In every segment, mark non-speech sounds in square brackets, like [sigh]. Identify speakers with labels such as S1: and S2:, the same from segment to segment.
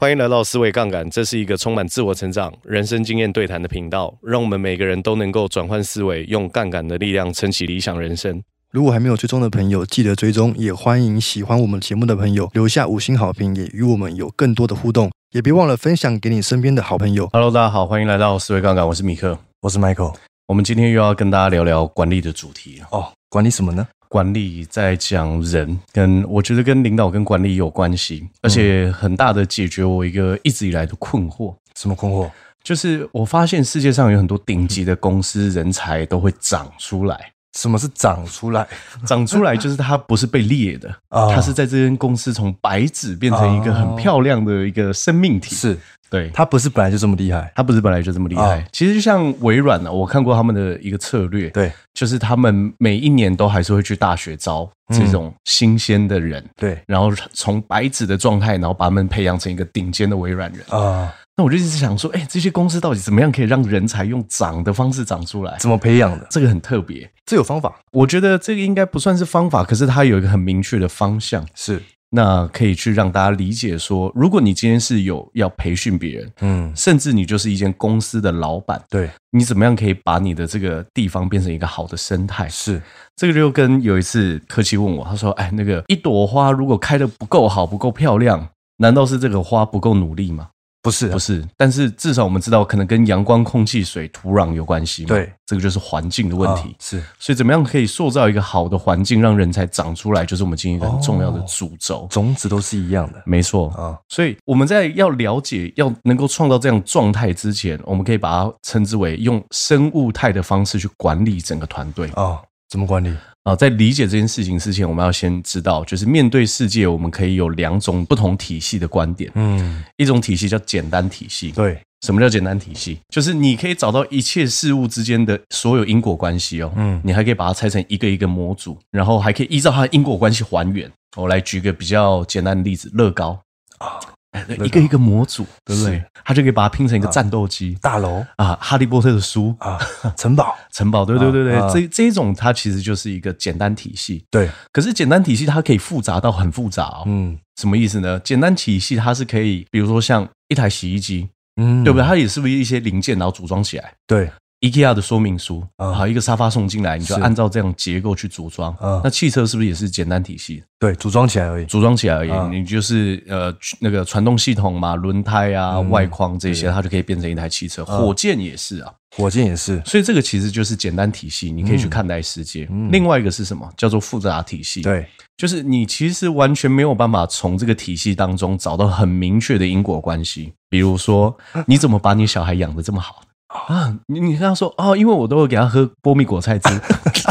S1: 欢迎来到思维杠杆，这是一个充满自我成长、人生经验对谈的频道，让我们每个人都能够转换思维，用杠杆的力量撑起理想人生。
S2: 如果还没有追踪的朋友，记得追踪，也欢迎喜欢我们节目的朋友留下五星好评，也与我们有更多的互动，也别忘了分享给你身边的好朋友。
S1: Hello，大家好，欢迎来到思维杠杆，我是米克。
S2: 我是 Michael。
S1: 我们今天又要跟大家聊聊管理的主题了。
S2: 哦，管理什么呢？
S1: 管理在讲人，跟我觉得跟领导跟管理有关系，而且很大的解决我一个一直以来的困惑。
S2: 什么困惑？
S1: 就是我发现世界上有很多顶级的公司人才都会长出来，
S2: 什么是长出来？
S1: 长出来就是它不是被猎的，
S2: 啊
S1: 它是在这间公司从白纸变成一个很漂亮的一个生命体。，
S2: 是
S1: 对，
S2: 他不是本来就这么厉害？
S1: 它不是本来就这么厉害
S2: 啊。
S1: 其实就像微软啊呢，我看过他们的一个策略，
S2: 对
S1: 就是他们每一年都还是会去大学招
S2: 嗯
S1: 这种新鲜的人。
S2: 对
S1: 然后从白纸的状态，然后把他们培养成一个顶尖的微软人。
S2: 啊，
S1: 那我就一直想说，哎、这些公司到底怎么样可以让人才用长的方式长出来？
S2: 怎么培养的？
S1: 这个很特别，
S2: 这有方法？
S1: 我觉得这个应该不算是方法，可是它有一个很明确的方向，
S2: 是
S1: 那可以去让大家理解说，如果你今天是有要培训别人，
S2: 嗯，
S1: 甚至你就是一间公司的老板，
S2: 对
S1: 你怎么样可以把你的这个地方变成一个好的生态？
S2: 是
S1: 这个就跟有一次柯奇问我，他说：“哎，那个一朵花如果开的不够好、不够漂亮，难道是这个花不够努力吗？”
S2: 不是啊
S1: 不是，但是至少我们知道，可能跟阳光、空气、水、土壤有关系嘛。
S2: 对，
S1: 这个就是环境的问题
S2: 啊。是
S1: 所以，怎么样可以塑造一个好的环境，让人才长出来，就是我们今天一个很重要
S2: 哦
S1: 的主轴。
S2: 种子都是一样的
S1: 没错，
S2: 啊。
S1: 所以我们在要了解、要能够创造这样状态之前，我们可以把它称之为用生物态的方式去管理整个团队。
S2: 哦，怎么管理？
S1: 啊，在理解这件事情之前，我们要先知道，就是面对世界，我们可以有两种不同体系的观点。
S2: 嗯，
S1: 一种体系叫简单体系，
S2: 对，
S1: 什么叫简单体系？就是你可以找到一切事物之间的所有因果关系哦。
S2: 嗯
S1: 你还可以把它拆成一个一个模组，然后还可以依照它的因果关系还原。我来举个比较简单的例子，乐高
S2: 啊
S1: 哎
S2: 高
S1: 一个一个模组，对不对
S2: 是？
S1: 它就可以把它拼成一个战斗机
S2: 大楼
S1: 啊，哈利波特的书、
S2: [laughs] 啊，城堡，
S1: 城堡，对对对对，
S2: 啊啊
S1: 这这一种它其实就是一个简单体系。
S2: 对，
S1: 可是简单体系它可以复杂到很复杂哦。
S2: 嗯
S1: 什么意思呢？简单体系它是可以，比如说像一台洗衣机，
S2: 嗯，
S1: 对不对？它也是不是一些零件，然后组装起来。
S2: 对
S1: IKEA 的说明书，
S2: 啊
S1: 好、一个沙发送进来，你就是按照这样结构去组装。
S2: 啊
S1: 那汽车是不是也是简单体系？
S2: 对，组装起来而已。
S1: 组装起来而已，
S2: 啊
S1: 你就是呃那个传动系统嘛，轮胎啊、
S2: 嗯
S1: 外框这些，它就可以变成一台汽车。火箭也是啊，
S2: 火箭也是，
S1: 所以这个其实就是简单体系，你可以去
S2: 嗯
S1: 看待世界。
S2: 嗯
S1: 另外一个是什么？叫做复杂体系。
S2: 对，
S1: 就是你其实完全没有办法从这个体系当中找到很明确的因果关系。比如说，你怎么把你小孩养得这么好
S2: 哦
S1: 啊？你你跟他说哦，因为我都有给他喝波蜜果菜汁，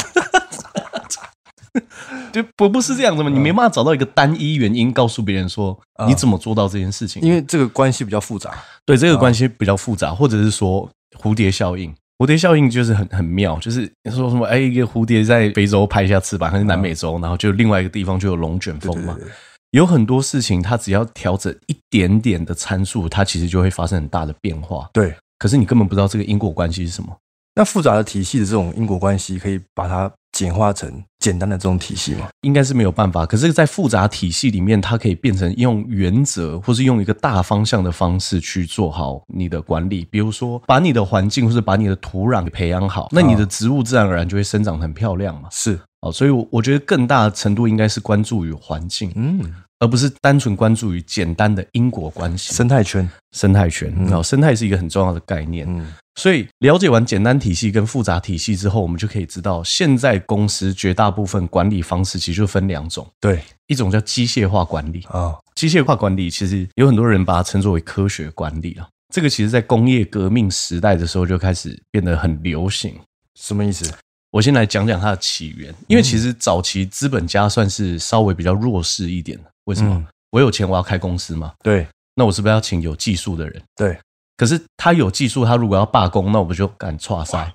S1: [laughs] 就不不是这样子嘛？你没办法找到一个单一原因告诉别人说你怎么做到这件事情，
S2: 嗯因为嗯这个关系比较复杂。
S1: 对这个关系比较复杂，或者是说蝴蝶效应。蝴蝶效应就是很很妙，就是说什么哎，一个蝴蝶在非洲拍一下翅膀，还是
S2: 嗯
S1: 南美洲，然后就另外一个地方就有龙卷风嘛。有很多事情，它只要调整一点点的参数，它其实就会发生很大的变化。
S2: 对，
S1: 可是你根本不知道这个因果关系是什么。
S2: 那复杂的体系的这种因果关系，可以把它简化成简单的这种体系吗？
S1: 应该是没有办法，可是，在复杂体系里面，它可以变成用原则，或是用一个大方向的方式去做好你的管理。比如说，把你的环境或是把你的土壤给培养好，那你的植物自然而然就会生长得很漂亮嘛。
S2: 是，
S1: 哦，所以我我觉得更大的程度应该是关注于环境，
S2: 嗯，
S1: 而不是单纯关注于简单的因果关系。
S2: 生态圈，
S1: 生态圈，
S2: 嗯
S1: 哦，生态是一个很重要的概念。
S2: 嗯，
S1: 所以了解完简单体系跟复杂体系之后，我们就可以知道，现在公司绝大部分管理方式其实就分两种，
S2: 对
S1: 一种叫机械化管理，
S2: 啊，
S1: 机械化管理其实有很多人把它称作为科学管理了。这个其实，在工业革命时代的时候就开始变得很流行。
S2: 什么意思？
S1: 我先来讲讲它的起源，因为其实早期资本家算是稍微比较弱势一点的。为什么？
S2: 嗯
S1: 我有钱，我要开公司嘛，
S2: 对
S1: 那我是不是要请有技术的人？
S2: 对，
S1: 可是他有技术，他如果要罢工，那我不就敢岔塞？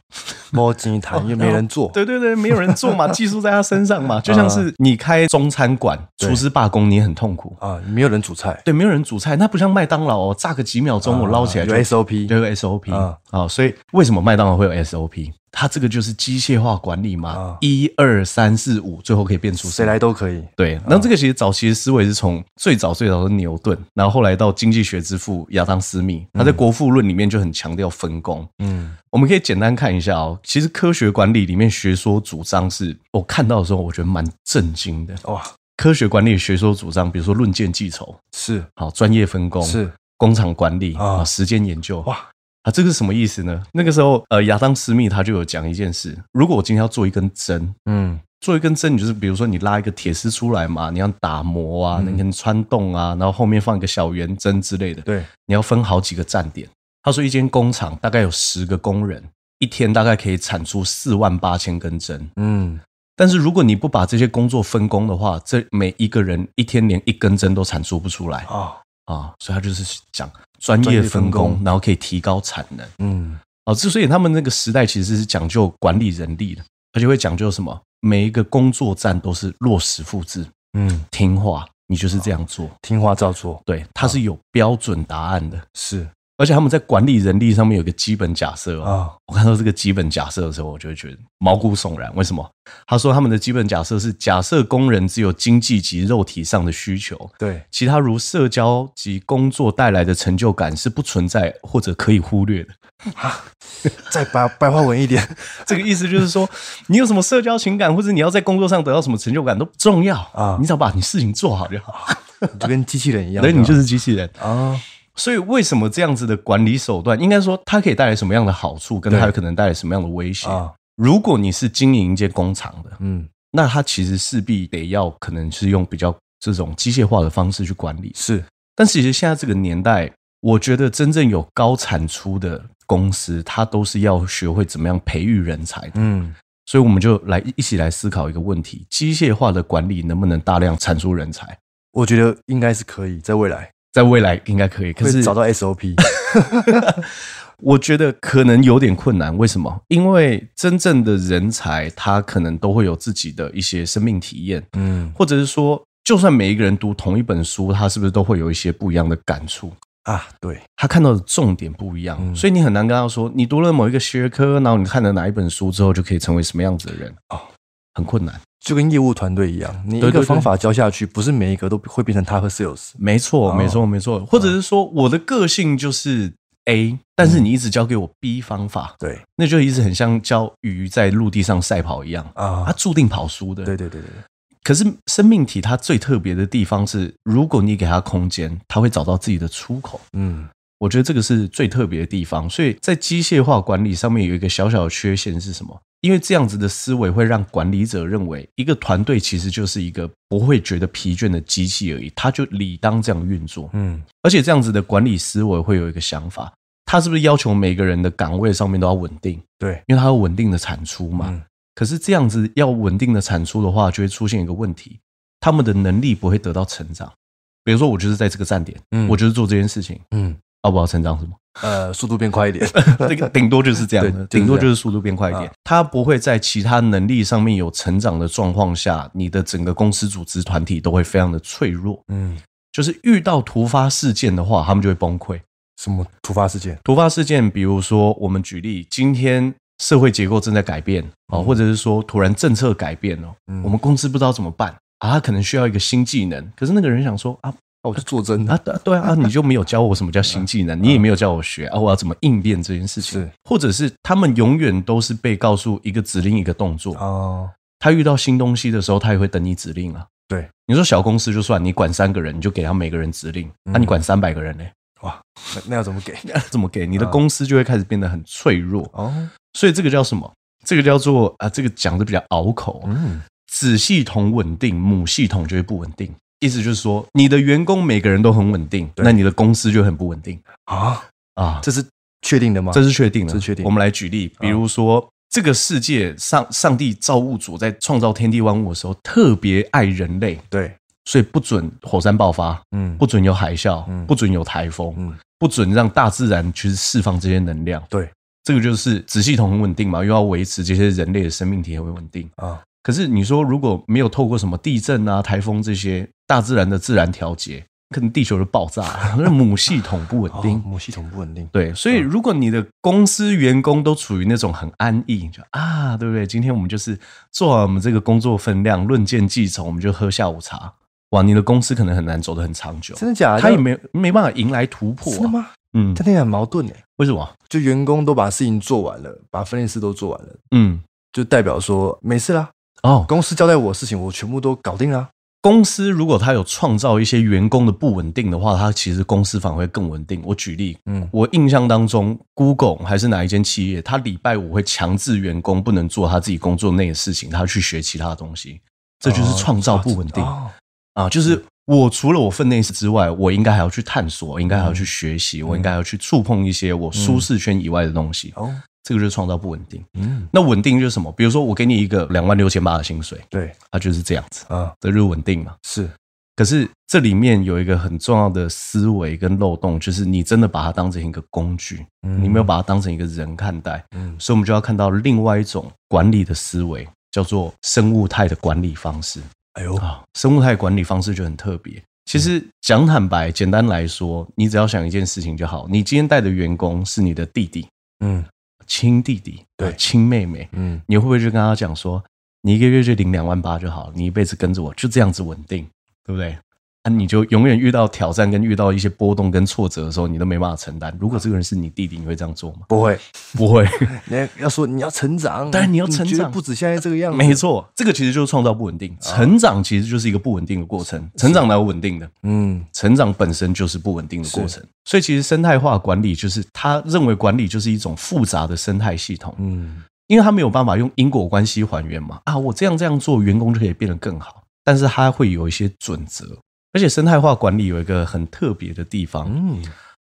S2: 摸金谈，因为没人做。
S1: 对对对，没有人
S2: [laughs]
S1: 做嘛，技术在他身上嘛，就像是你开中餐馆，
S2: 对
S1: 厨师罢工你也很痛苦。
S2: 啊，没有人煮菜，
S1: 对，没有人煮菜，那不像麦当劳哦，炸个几秒钟我捞起来就
S2: 啊有 SOP，
S1: 就有 SOP
S2: 啊
S1: 啊、所以为什么麦当劳会有 SOP？它这个就是机械化管理
S2: 啊
S1: 嘛，一二三四五，最后可以变出
S2: 谁来啊都可以。
S1: 对，然后这个其实早期的思维是从最早最早的牛顿，然后后来到经济学之父亚当斯密，他在《国富论》里面就很强调分工。
S2: 嗯，
S1: 我们可以简单看一下哦，其实科学管理里面学说主张是我看到的时候，我觉得蛮震惊的。
S2: 哇，
S1: 科学管理的学说主张，比如说论件计酬，
S2: 是
S1: 好，专业分工
S2: 是，
S1: 工厂管理
S2: 啊
S1: 啊，实践研究
S2: 哇
S1: 哇。啊，这个是什么意思呢？那个时候，呃，亚当·斯密他就有讲一件事：如果我今天要做一根针，
S2: 嗯
S1: 做一根针，你就是比如说你拉一个铁丝出来嘛，你要打磨啊，
S2: 嗯
S1: 你可能穿洞啊，然后后面放一个小圆针之类的，
S2: 对，
S1: 你要分好几个站点。他说，一间工厂大概有十个工人，一天大概可以产出四万八千根针。
S2: 嗯
S1: 但是如果你不把这些工作分工的话，这每一个人一天连一根针都产出不出来
S2: 啊，
S1: 啊，所以他就是讲专
S2: 专
S1: 业
S2: 业分
S1: 分工
S2: 工，
S1: 然后可以提高产能。
S2: 嗯
S1: 哦，之所以他们那个时代其实是讲究管理人力的，而且会讲究什么？每一个工作站都是落实复制，
S2: 嗯，
S1: 听话，你就是这样做。
S2: 听话照做，
S1: 对，它是有标准答案的，
S2: 是
S1: 而且他们在管理人力上面有个基本假设哦。
S2: 啊，
S1: 我看到这个基本假设的时候，我就会觉得毛骨悚然。为什么？他说他们的基本假设是假设工人只有经济及肉体上的需求，
S2: 对，
S1: 其他如社交及工作带来的成就感是不存在或者可以忽略的。
S2: [laughs] 再白白话文一点，
S1: 这个意思就是
S2: [laughs]
S1: 说，你有什么社交情感，或者你要在工作上得到什么成就感都不重要
S2: 啊
S1: 你只要把你事情做好就好。
S2: 你就跟机器人一
S1: [laughs]
S2: 样，
S1: 所以你就是是机器人。
S2: 啊，
S1: 所以为什么这样子的管理手段，应该说它可以带来什么样的好处，跟
S2: 对
S1: 它有可能带来什么样的威胁？
S2: 啊
S1: 如果你是经营一间工厂的，
S2: 嗯，
S1: 那它其实势必得要可能是用比较这种机械化的方式去管理。
S2: 是
S1: 但是其实现在这个年代，我觉得真正有高产出的公司，它都是要学会怎么样培育人才的。
S2: 嗯
S1: 所以我们就来一起来思考一个问题：机械化的管理能不能大量产出人才？
S2: 我觉得应该是可以，在未来
S1: 在未来应该可以，可
S2: 会
S1: 是
S2: 找到 SOP。
S1: [laughs] 我觉得可能有点困难。为什么？因为真正的人才，他可能都会有自己的一些生命体验，
S2: 嗯
S1: 或者是说，就算每一个人读同一本书，他是不是都会有一些不一样的感触？
S2: 啊，对，
S1: 他看到的重点不一样，
S2: 嗯
S1: 所以你很难跟他说，你读了某一个学科，然后你看了哪一本书之后，就可以成为什么样子的人
S2: 哦
S1: 哦，很困难。
S2: 就跟业务团队一样，你一
S1: 对对
S2: 个
S1: 对
S2: 方法教下去，不是每一个都会变成 top sales。
S1: 没错，
S2: 哦
S1: 没错，没错。或者是说，我的个性就是。A，但是你一直教给我 B 方法，
S2: 对
S1: 那就一直很像教鱼在陆地上赛跑一样，
S2: 啊
S1: 它，注定跑输的。
S2: 对对对对，对
S1: 可是生命体它最特别的地方是，如果你给它空间，它会找到自己的出口。
S2: 嗯
S1: 我觉得这个是最特别的地方。所以在机械化管理上面有一个小小的缺陷是什么？因为这样子的思维会让管理者认为，一个团队其实就是一个不会觉得疲倦的机器而已，它就理当这样运作。
S2: 嗯，
S1: 而且这样子的管理思维会有一个想法，它是不是要求每个人的岗位上面都要稳定？
S2: 对，
S1: 因为它有稳定的产出嘛。
S2: 嗯
S1: 可是这样子要稳定的产出的话，就会出现一个问题，他们的能力不会得到成长。比如说，我就是在这个站点，
S2: 嗯
S1: 我就是做这件事情，
S2: 嗯，
S1: 要不要成长什么？
S2: 呃，速度变快
S1: [laughs]
S2: 一点。
S1: 这个顶多就是这样
S2: 对
S1: 的，顶多
S2: 就是这
S1: 就
S2: 样
S1: 是速度变快一点。他不会在其他能力上面有成长的状况下，你的整个公司组织团体都会非常的脆弱。
S2: 嗯，
S1: 就是遇到突发事件的话，他们就会崩溃。
S2: 什么突发事件？
S1: 突发事件，比如说我们举例，今天社会结构正在改变啊，
S2: 嗯
S1: 或者是说突然政策改变了，
S2: 嗯
S1: 我们公司不知道怎么办啊，他可能需要一个新技能，可是那个人想说啊
S2: 啊，我就作真
S1: 啊对啊对啊啊，你就没有教我什么叫新技能，你也没有教我学啊，我要怎么应变这件事情
S2: 是，
S1: 或者是他们永远都是被告诉一个指令一个动作，
S2: 哦，
S1: 他遇到新东西的时候，他也会等你指令啊。
S2: 对，
S1: 你说小公司就算你管三个人，你就给他每个人指令，那、
S2: 嗯
S1: 你管三百个人呢？ [laughs]
S2: 那那要怎么给？
S1: 怎么给？你的公司就会开始变得很脆弱。
S2: 嗯哦，
S1: 所以这个叫什么？这个叫做啊，这个讲的比较拗口。啊
S2: 嗯，
S1: 子系统稳定，母系统就会不稳定。意思就是说，你的员工每个人都很稳定，
S2: 对
S1: 那你的公司就很不稳定
S2: 啊，
S1: 啊。
S2: 这是确定的吗？
S1: 这是确定的，
S2: 这是确定啊
S1: 我们来举例，比如说、这个世界上，上帝造物主在创造天地万物的时候，特别爱人类，
S2: 对，
S1: 所以不准火山爆发，
S2: 嗯，
S1: 不准有海啸，
S2: 嗯
S1: 不准有台风，
S2: 嗯
S1: 不准让大自然去释放这些能量。
S2: 对，
S1: 这个就是子系统很稳定嘛，又要维持这些人类的生命体很稳定。
S2: 啊，
S1: 可是你说如果没有透过什么地震啊、台风这些大自然的自然调节，可能地球就爆炸了，那母系统不稳定。
S2: 哦母系统不稳定，
S1: 对，所以如果你的公司员工都处于那种很安逸，就啊，对不对？今天我们就是做好我们这个工作分量，论剑继承，我们就喝下午茶。哇，你的公司可能很难走得很长久，
S2: 真的假的？
S1: 他也没没办法迎来突破、
S2: 真的
S1: 啊。
S2: 吗？
S1: 嗯，
S2: 但那也很矛盾哎，
S1: 为什么？
S2: 就员工都把事情做完了，把分内事都做完了，
S1: 嗯，
S2: 就代表说没事啦，
S1: 哦，
S2: 公司交代我的事情我全部都搞定啦。
S1: 公司如果它有创造一些员工的不稳定的话，它其实公司反而会更稳定。我举例，
S2: 嗯，
S1: 我印象当中，Google 还是哪一间企业，它礼拜五会强制员工不能做他自己工作内的事情，他去学其他的东西，这就是创造不稳定、
S2: 哦
S1: 啊！就是我除了我分内事之外，我应该还要去探索，应该还要去学习，我应该还要去触碰一些我舒适圈以外的东西。
S2: 哦，
S1: 这个就是创造不稳定。
S2: 嗯，
S1: 那稳定就是什么？比如说我给你一个两万六千八的薪水，
S2: 对
S1: 它就是这样子，
S2: 啊，
S1: 这就是稳定嘛。
S2: 是
S1: 可是这里面有一个很重要的思维跟漏洞，就是你真的把它当成一个工具，
S2: 嗯
S1: 你没有把它当成一个人看待，
S2: 嗯
S1: 所以我们就要看到另外一种管理的思维，叫做生物态的管理方式
S2: 哎呦，
S1: 啊。生物态管理方式就很特别。其实讲坦白，简单来说，你只要想一件事情就好。你今天带的员工是你的弟弟、
S2: 嗯
S1: 亲弟弟、
S2: 对
S1: 亲妹妹，
S2: 嗯，
S1: 你会不会就跟他讲说，你一个月就领两万八就好，你一辈子跟着我，就这样子稳定，对不对？那、
S2: 嗯
S1: 你就永远遇到挑战，跟遇到一些波动跟挫折的时候，你都没办法承担。
S2: 嗯
S1: 如果这个人是你弟弟，你会这样做吗？
S2: 不会，
S1: 不会，
S2: 你要要说你要成长，
S1: 当然你要成长
S2: 绝对不止现在这个样子，
S1: [laughs] 没，错，这个其实就是创造不稳定。成长其实就是一个不稳定的过程，成长哪有稳定的？
S2: 嗯，
S1: 成长本身就是不稳定的过程。所以其实生态化管理就是他认为管理就是一种复杂的生态系统，
S2: 嗯，
S1: 因为他没有办法用因果关系还原嘛。啊，我这样这样做，员工就可以变得更好。但是它会有一些准则，而且生态化管理有一个很特别的地方，
S2: 嗯，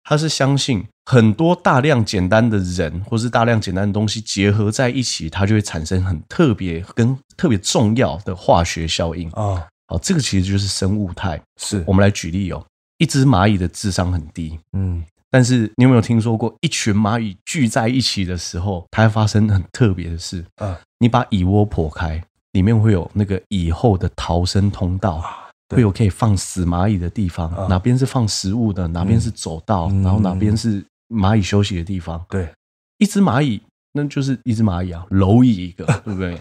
S1: 它是相信很多大量简单的人或是大量简单的东西结合在一起，它就会产生很特别跟特别重要的化学效应。
S2: 啊，
S1: 好，这个其实就是生物态。
S2: 是
S1: 我，们来举例哦，一只蚂蚁的智商很低，
S2: 嗯，
S1: 但是你有没有听说过，一群蚂蚁聚在一起的时候，它会发生很特别的事？
S2: 啊，
S1: 你把蚁窝破开，里面会有那个蚁后的逃生通道，
S2: 啊对
S1: 会有可以放死蚂蚁的地方，
S2: 啊
S1: 哪边是放食物的，哪边是走道，
S2: 嗯
S1: 然后哪边是蚂蚁休息的地方。
S2: 对，
S1: 一只蚂蚁，那就是一只蚂蚁啊，蝼蚁一
S2: [laughs]
S1: 个，对不对？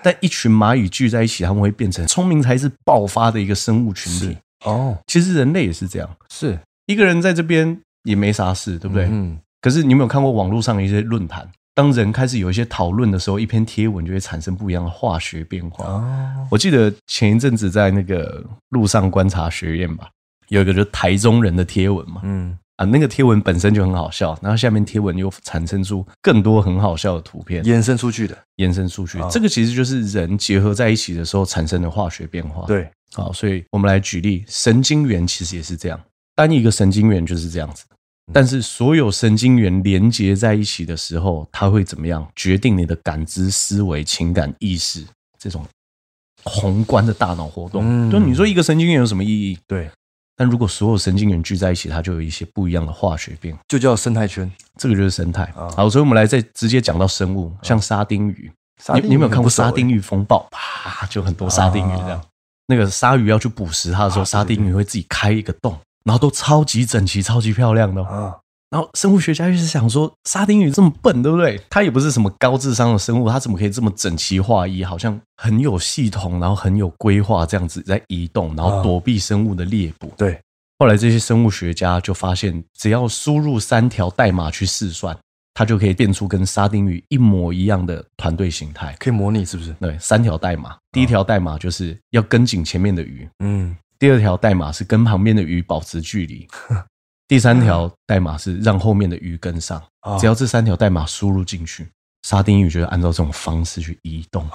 S1: 但一群蚂蚁聚在一起，它们会变成聪明才智爆发的一个生物群体
S2: 是。哦，
S1: 其实人类也是这样，
S2: 是，
S1: 一个人在这边也没啥事，对不对？
S2: 嗯，
S1: 可是你有没有看过网络上的一些论坛？当人开始有一些讨论的时候，一篇贴文就会产生不一样的化学变化。
S2: 哦，
S1: 我记得前一阵子在那个路上观察学院吧，有一个就是台中人的贴文嘛，
S2: 嗯，
S1: 啊，那个贴文本身就很好笑，然后下面贴文又产生出更多很好笑的图片，
S2: 延伸出去的，
S1: 延伸出去。
S2: 哦
S1: 这个其实就是人结合在一起的时候产生的化学变化。，
S2: 对，
S1: 好，所以我们来举例，神经元其实也是这样，单一个神经元就是这样子。
S2: 嗯
S1: 但是所有神经元连接在一起的时候，它会怎么样？决定你的感知、思维、情感、意识这种宏观的大脑活动。
S2: 嗯
S1: 就你说一个神经元有什么意义？
S2: 对，
S1: 但如果所有神经元聚在一起，它就有一些不一样的化学变化。
S2: 就叫生态圈。
S1: 这个就是生态。
S2: 啊
S1: 好，所以我们来再直接讲到生物，像沙丁鱼。
S2: 沙
S1: 你
S2: 丁鱼
S1: 你有没有看
S2: 很不
S1: 过
S2: 熟
S1: 沙
S2: 欸
S1: 丁鱼风暴？啪，就很多沙丁鱼这样
S2: 啊。
S1: 那个鲨鱼要去捕食它的时候，
S2: 啊
S1: 沙丁鱼会自己开一个洞，然后都超级整齐、超级漂亮的哦。
S2: 啊，
S1: 然后生物学家就是想说，沙丁鱼这么笨，对不对？它也不是什么高智商的生物，它怎么可以这么整齐划一，好像很有系统，然后很有规划这样子在移动，然后
S2: 啊
S1: 躲避生物的猎捕？
S2: 对，
S1: 后来这些生物学家就发现，只要输入三条代码去试算，它就可以变出跟沙丁鱼一模一样的团队形态。
S2: 可以模拟是不是？
S1: 对，三条代码，第一条代码就是要跟紧前面的鱼，
S2: 嗯，
S1: 第二条代码是跟旁边的鱼保持距 [laughs] 离，第三条代码是让后面的鱼跟上。
S2: 啊
S1: 只要这三条代码输入进去，沙丁鱼就会按照这种方式去移动，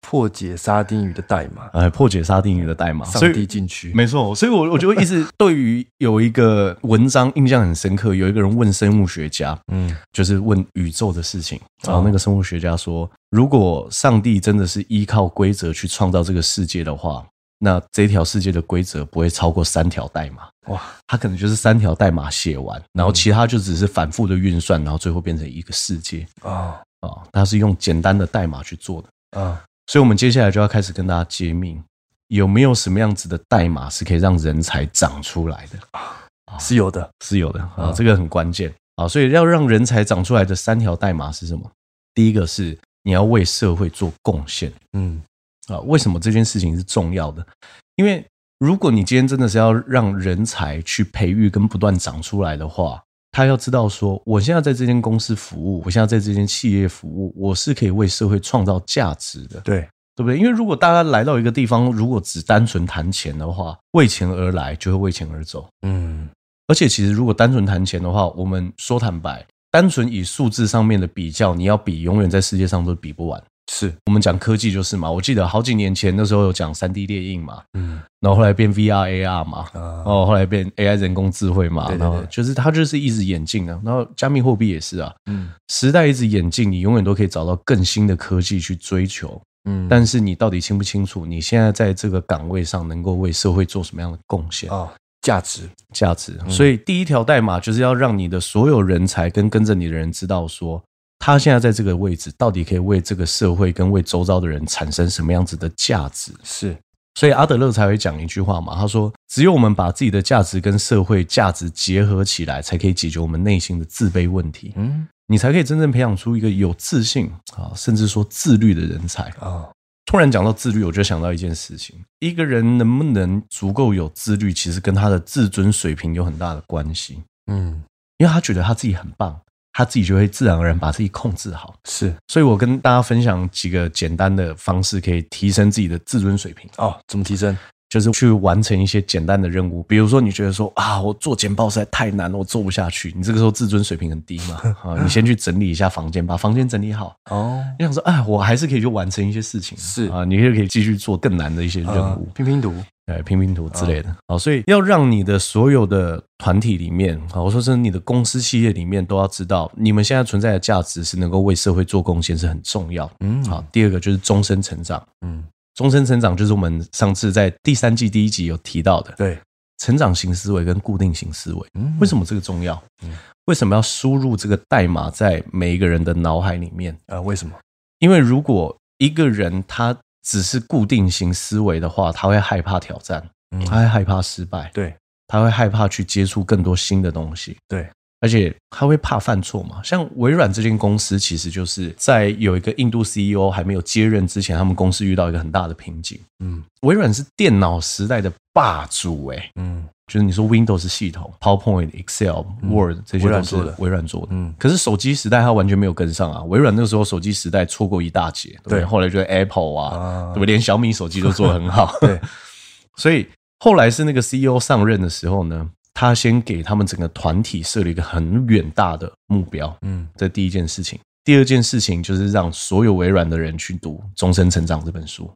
S2: 破解沙丁鱼的代码，
S1: 呃，破解沙丁鱼的代码。所
S2: 上
S1: 以
S2: 帝禁区。
S1: 没错，啊所以我我就一直对于有一个文章印象很深刻，有一个人问生物学家，
S2: 嗯，
S1: 就是问宇宙的事情，然后那个生物学家说，如果上帝真的是依靠规则去创造这个世界的话，那这条世界的规则不会超过三条代码。
S2: 哇，
S1: 它可能就是三条代码写完，然后其他就只是反复的运算，然后最后变成一个世界
S2: 啊
S1: 啊、它是用简单的代码去做的。
S2: 啊
S1: 所以，我们接下来就要开始跟大家揭秘，有没有什么样子的代码是可以让人才长出来的？啊
S2: 是有的
S1: 是有的啊
S2: 啊，
S1: 这个很关键啊。所以要让人才长出来的三条代码是什么？第一个是你要为社会做贡献
S2: 嗯
S1: 啊。为什么这件事情是重要的？因为如果你今天真的是要让人才去培育跟不断长出来的话，他要知道说，我现在在这间公司服务，我现在在这间企业服务，我是可以为社会创造价值的。
S2: 对
S1: 对不对？因为如果大家来到一个地方，如果只单纯谈钱的话，为钱而来就会为钱而走。
S2: 嗯
S1: 而且，其实如果单纯谈钱的话，我们说坦白，单纯以数字上面的比较，你要比，永远在世界上都比不完。
S2: 是
S1: 我们讲科技就是嘛，我记得好几年前那时候有讲三 D 列印嘛，
S2: 嗯
S1: 然后后来变 VR、AR 嘛，
S2: 啊
S1: 哦，后来变 AI 人工智慧嘛，
S2: 对对
S1: 然后
S2: 对
S1: 就是它就是一直演进啊，然后加密货币也是啊，
S2: 嗯
S1: 时代一直演进，你永远都可以找到更新的科技去追求。
S2: 嗯
S1: 但是你到底清不清楚，你现在在这个岗位上能够为社会做什么样的贡献、
S2: 啊价值
S1: 价值？所以第一条代码就是要让你的所有人才跟跟着你的人知道说。他现在在这个位置，到底可以为这个社会跟为周遭的人产生什么样子的价值？
S2: 是
S1: 所以阿德勒才会讲一句话嘛，他说：“只有我们把自己的价值跟社会价值结合起来，才可以解决我们内心的自卑问题。
S2: 嗯
S1: 你才可以真正培养出一个有自信啊，甚至说自律的人才。”
S2: 啊
S1: 突然讲到自律，我就想到一件事情：一个人能不能足够有自律，其实跟他的自尊水平有很大的关系。
S2: 嗯
S1: 因为他觉得他自己很棒，他自己就会自然而然把自己控制好。
S2: 是
S1: 所以我跟大家分享几个简单的方式，可以提升自己的自尊水平，
S2: 哦怎么提升
S1: 就是去完成一些简单的任务。比如说，你觉得说啊，我做简报实在太难了，我做不下去。你这个时候自尊水平很低嘛？啊，你先去整理一下房间，把房间整理好，
S2: 哦
S1: 你想说，哎，我还是可以去完成一些事情，
S2: 是
S1: 啊，你就可以继续做更难的一些任
S2: 啊
S1: 务，
S2: 拼拼图
S1: 哎、拼拼图之类
S2: 啊
S1: 的。好，所以要让你的所有的团体里面，好，我说是你的公司、企业里面，都要知道你们现在存在的价值是能够为社会做贡献，是很重要的。
S2: 嗯
S1: 好，第二个就是终身成长。
S2: 嗯
S1: 终身成长就是我们上次在第三季第一集有提到的
S2: 对
S1: 成长型思维跟固定型思维。
S2: 嗯
S1: 为什么这个重要
S2: 嗯？
S1: 为什么要输入这个代码在每一个人的脑海里面？
S2: 啊为什么
S1: 因为如果一个人他只是固定型思维的话，他会害怕挑战，
S2: 嗯
S1: 他会害怕失败，
S2: 对
S1: 他会害怕去接触更多新的东西，
S2: 对
S1: 而且他会怕犯错嘛。像微软这间公司，其实就是在有一个印度 CEO 还没有接任之前，他们公司遇到一个很大的瓶颈。
S2: 嗯
S1: 微软是电脑时代的霸主、欸，
S2: 嗯
S1: 就是你说 Windows 系统、PowerPoint、Excel、Word 这些
S2: 微
S1: 都
S2: 软
S1: 是
S2: 做的
S1: 微软做的。
S2: 嗯
S1: 可是手机时代它完全没有跟上啊！微软那时候手机时代错过一大截，对不对
S2: 对
S1: 后来就是 Apple 啊，
S2: 啊
S1: 对不对？连小米手机都做得很 [laughs] 好，
S2: 对。
S1: 所以后来是那个 CEO 上任的时候呢，他先给他们整个团体设了一个很远大的目标，
S2: 嗯
S1: 这第一件事情。第二件事情就是让所有微软的人去读《终身成长》这本书，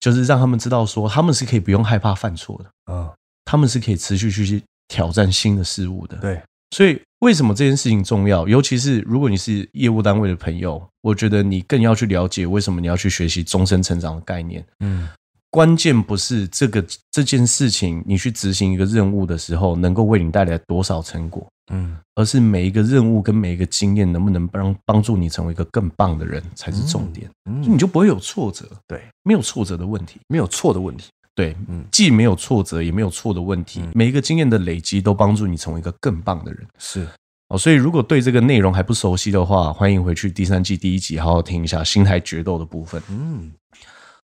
S1: 就是让他们知道说他们是可以不用害怕犯错的，
S2: 啊
S1: 他们是可以持续去挑战新的事物的。
S2: 对
S1: 所以为什么这件事情重要？尤其是如果你是业务单位的朋友，我觉得你更要去了解为什么你要去学习终身成长的概念。
S2: 嗯
S1: 关键不是这个这件事情，你去执行一个任务的时候，能够为你带来多少成果，
S2: 嗯
S1: 而是每一个任务跟每一个经验能不能帮帮助你成为一个更棒的人才是重点。所以你
S2: 嗯
S1: 就不会有挫折，
S2: 对
S1: 没有挫折的问题。
S2: 没有错的问题
S1: 对，
S2: 嗯
S1: 既没有挫折，也没有错的问题。
S2: 嗯
S1: 每一个经验的累积都帮助你成为一个更棒的人。
S2: 是
S1: 哦，所以如果对这个内容还不熟悉的话，欢迎回去第三季第一集好好听一下心态决斗的部分。
S2: 嗯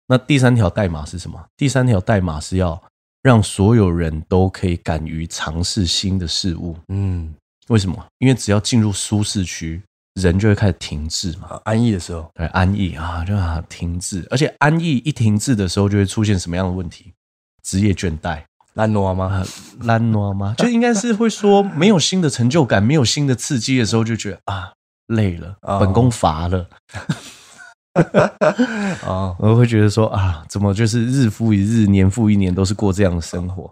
S1: 那第三条代码是什么？第三条代码是要让所有人都可以敢于尝试新的事物。
S2: 嗯
S1: 为什么？因为只要进入舒适区，人就会开始停滞嘛。
S2: 啊安逸的时候
S1: 对，安逸啊，就啊停滞，而且安逸一停滞的时候，就会出现什么样的问题？职业倦怠
S2: 懒惰吗？
S1: 啊，懒惰吗？就应该是会说没有新的成就感，没有新的刺激的时候，就觉得啊累了，
S2: 哦
S1: 本宫乏了，
S2: 啊，
S1: 我会觉得说啊，怎么就是日复一日，年复一年都是过这样的生活，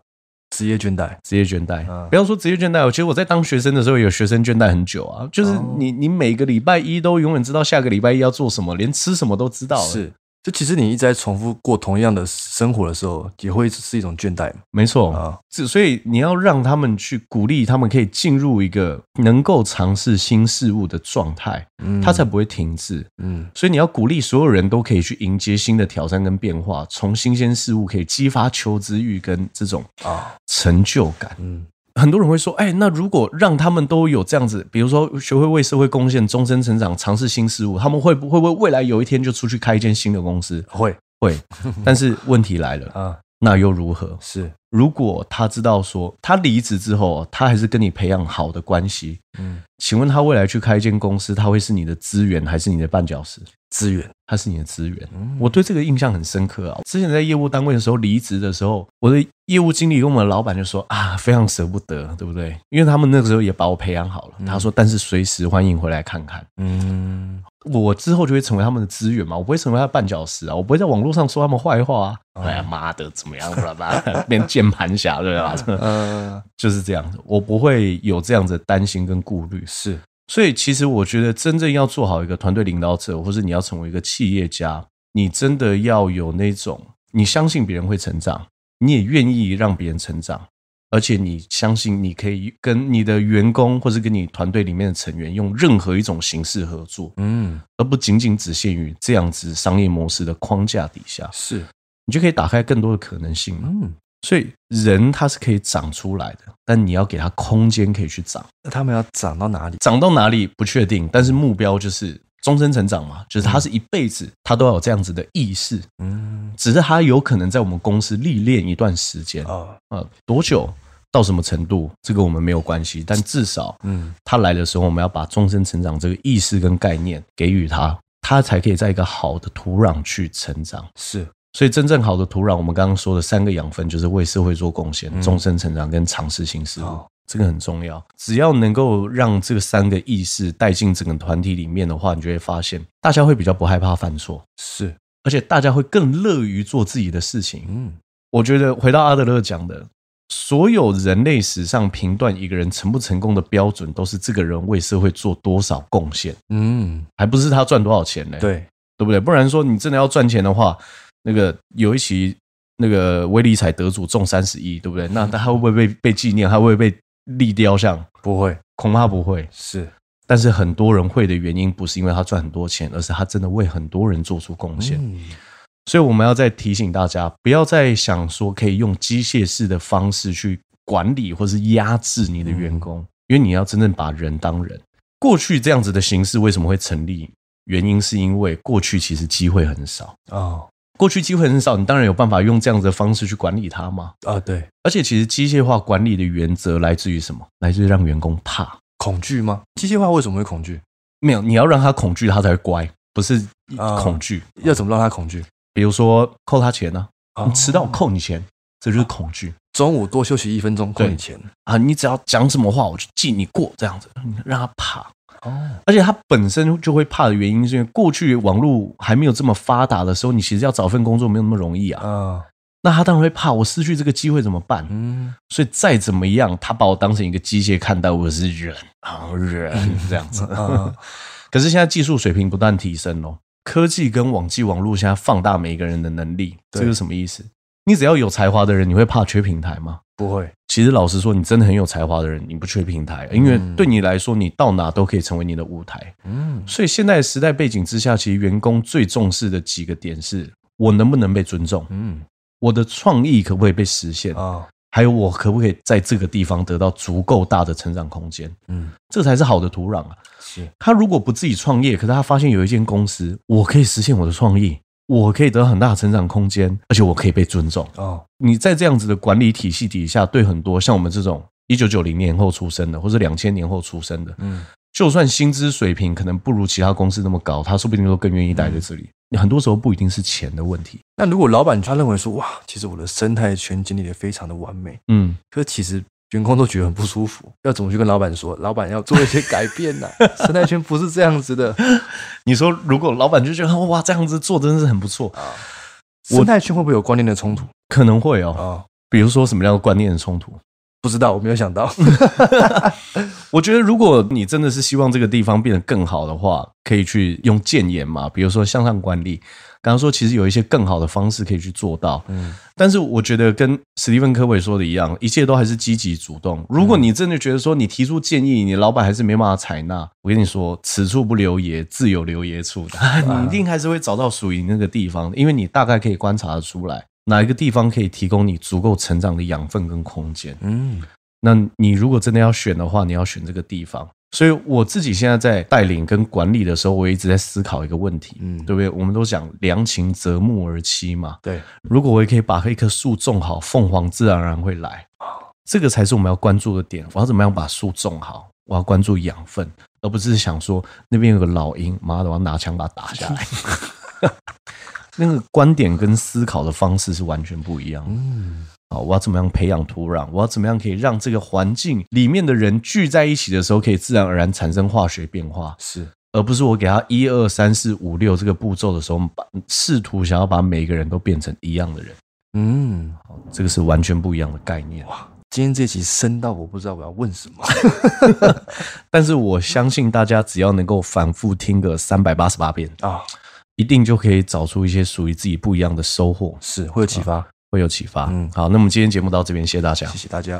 S2: 职业倦怠，
S1: 职业倦怠。
S2: 嗯
S1: 不要说职业倦怠，其实我在当学生的时候有学生倦怠很久啊，就是
S2: 哦
S1: 你你每个礼拜一都永远知道下个礼拜一要做什么，连吃什么都知道了，
S2: 是
S3: 就其实你一直在重复过同样的生活的时候，也会是一种倦怠嘛。
S1: 没错
S2: 嗯
S3: 啊
S1: 是所以你要让他们去鼓励他们，可以进入一个能够尝试新事物的状态，
S3: 嗯
S1: 他才不会停滞。
S3: 嗯
S1: 所以你要鼓励所有人都可以去迎接新的挑战跟变化，从新鲜事物可以激发求知欲跟这种
S3: 啊
S1: 成就感。
S3: 嗯
S1: 很多人会说，哎，那如果让他们都有这样子，比如说学会为社会贡献、终身成长、尝试新事物，他们会不会不会未来有一天就出去开一间新的公司？
S3: 会
S1: 会，但是问题来了，
S3: 啊
S1: 那又如何？
S3: 是
S1: 如果他知道说他离职之后，他还是跟你培养好的关系，
S3: 嗯
S1: 请问他未来去开一间公司，他会是你的资源还是你的绊脚石？
S3: 资源
S1: 他是你的资源。
S3: 嗯
S1: 我对这个印象很深刻啊！之前在业务单位的时候，离职的时候，我的业务经理跟我们老板就说啊，非常舍不得，对不对？因为他们那个时候也把我培养好了，他说，但是随时欢迎回来看看。
S3: 嗯
S1: 我之后就会成为他们的资源嘛，我不会成为他的绊脚石啊，我不会在网络上说他们坏话啊。哎呀妈的，怎么样？巴拉巴拉， [laughs] 变键盘侠对吧？
S2: 嗯
S3: 呃
S1: 就是这样子，我不会有这样子的担心跟顾虑。
S3: 是
S1: 所以，其实我觉得，真正要做好一个团队领导者，或是你要成为一个企业家，你真的要有那种你相信别人会成长，你也愿意让别人成长，而且你相信你可以跟你的员工，或是跟你团队里面的成员，用任何一种形式合作，
S3: 嗯
S1: 而不仅仅只限于这样子商业模式的框架底下，
S3: 是
S1: 你就可以打开更多的可能性嘛。
S3: 嗯，
S1: 所以，人他是可以长出来的，但你要给他空间可以去长。
S3: 那他们要长到哪里？
S1: 长到哪里不确定，但是目标就是终身成长嘛，就是他是一辈子他都要有这样子的意识，
S3: 嗯
S1: 只是他有可能在我们公司历练一段时间啊、
S3: 啊
S1: 呃多久到什么程度，这个我们没有关系，但至少
S3: 嗯
S1: 他来的时候，我们要把终身成长这个意识跟概念给予他，他才可以在一个好的土壤去成长。
S3: 是
S1: 所以，真正好的土壤，我们刚刚说的三个养分，就是为社会做贡献、
S3: 嗯
S1: 终身成长跟尝试新事物
S3: 好，
S1: 这个很重要。只要能够让这个三个意识带进整个团体里面的话，你就会发现，大家会比较不害怕犯错，
S3: 是
S1: 而且大家会更乐于做自己的事情。
S3: 嗯
S1: 我觉得回到阿德勒讲的，所有人类史上评断一个人成不成功的标准，都是这个人为社会做多少贡献，
S3: 嗯
S1: 还不是他赚多少钱呢？
S3: 对
S1: 对不对？不然说你真的要赚钱的话，那个有一期那个威力彩得主中三十亿，对不对？那他会不会被被纪念？他会不会被立雕像？
S3: 不会
S1: 恐怕不会。
S3: 是
S1: 但是很多人会的原因，不是因为他赚很多钱，而是他真的为很多人做出贡献。
S3: 嗯
S1: 所以我们要再提醒大家，不要再想说可以用机械式的方式去管理或是压制你的员工，因为你要真正把人当人。过去这样子的形式为什么会成立？原因是因为过去其实机会很少。
S3: 哦
S1: 过去机会很少，你当然有办法用这样子的方式去管理它嘛。
S3: 啊对
S1: 而且，其实机械化管理的原则来自于什么？来自于让员工怕。
S3: 恐惧吗？机械化为什么会恐惧？
S1: 没有，你要让他恐惧，他才会乖，不是
S3: 啊
S1: 恐惧。
S3: 要怎么让他恐惧？
S1: 比如说扣他钱呢、
S2: 啊
S3: 哦
S1: 你嗯迟到我扣你钱，这就是恐惧
S3: 中午多休息一分钟，扣
S1: 对
S3: 你钱
S1: 啊！你只要讲什么话，我就记你过，这样子让他怕。
S3: 哦，
S1: 而且他本身就会怕的原因，是因为过去网络还没有这么发达的时候，你其实要找份工作没有那么容易啊。
S3: 啊，
S1: 那他当然会怕，我失去这个机会怎么办？
S3: 嗯，
S1: 所以再怎么样，他把我当成一个机械看待，我是人啊人这样子。
S3: 啊
S1: [laughs] 可是现在技术水平不断提升哦，科技跟网际网络现在放大每一个人的能力，
S3: 对
S1: 这个什么意思？你只要有才华的人，你会怕缺平台吗？
S3: 不会，
S1: 其实老实说，你真的很有才华的人，你不缺平台，因为对你来说，你到哪都可以成为你的舞台。
S3: 嗯
S1: 所以现在时代背景之下，其实员工最重视的几个点是：我能不能被尊重？
S3: 嗯
S1: 我的创意可不可以被实现？
S3: 啊，
S1: 还有我可不可以在这个地方得到足够大的成长空间？
S3: 嗯
S1: 这才是好的土壤啊！
S3: 是，
S1: 他如果不自己创业，可是他发现有一间公司，我可以实现我的创意，我可以得到很大的成长空间，而且我可以被尊重。
S3: 哦
S1: 你在这样子的管理体系底下，对很多像我们这种一九九零年后出生的，或者两千年后出生的，
S3: 嗯
S1: 就算薪资水平可能不如其他公司那么高，他说不定都更愿意待在这里。很多时候不一定是钱的问题，
S3: 那如果老板他认为说，哇，其实我的生态圈建立的非常的完美，
S1: 嗯，
S3: 可其实员工都觉得很不舒服，要怎么去跟老板说？老板要做一些改变呐、生态圈不是这样子
S1: [laughs]
S3: 的，
S1: 你说如果老板就觉得哇这样子做真的是很不错，
S3: 生态圈会不会有观念的冲突
S1: 可能会哦。
S3: 啊？
S1: 比如说什么叫观念的冲突？
S3: 不知道，我没有想
S1: [laughs]
S3: 到。
S1: 我觉得，如果你真的是希望这个地方变得更好的话，可以去用谏言嘛，比如说向上管理。刚刚说其实有一些更好的方式可以去做到。
S3: 嗯，
S1: 但是我觉得跟史蒂芬科维说的一样，一切都还是积极主动。如果你真的觉得说你提出建议，你老板还是没办法采纳，我跟你说，此处不留爷，自有留爷处的， [laughs] 你一定还是会找到属于那个地方，因为你大概可以观察得出来哪一个地方可以提供你足够成长的养分跟空间。
S3: 嗯，
S1: 那你如果真的要选的话，你要选这个地方。所以我自己现在在带领跟管理的时候，我也一直在思考一个问题，
S3: 嗯
S1: 对不对？我们都讲良禽择木而栖嘛，
S3: 对，
S1: 如果我也可以把一棵树种好，凤凰自然而然会来。这个才是我们要关注的点。我要怎么样把树种好？我要关注养分，而不是想说那边有个老鹰，妈的，我要拿枪把它打下来。那个观点跟思考的方式是完全不一样的。
S3: 嗯，
S1: 好，哦我要怎么样培养土壤？我要怎么样可以让这个环境里面的人聚在一起的时候，可以自然而然产生化学变化？
S3: 是，
S1: 而不是我给他一二三四五六这个步骤的时候，把试图想要把每个人都变成一样的人。
S3: 嗯，
S1: 这个是完全不一样的概念。
S3: 今天这集深到我不知道我要问什么。
S1: 但是我相信大家只要能够反复听个三百八十八遍，
S3: 啊，
S1: 一定就可以找出一些属于自己不一样的收获，
S3: 是会有启发。
S1: 会有启发。
S3: 嗯
S1: 好，那我们今天节目到这边，谢谢大家。
S3: 谢谢大家。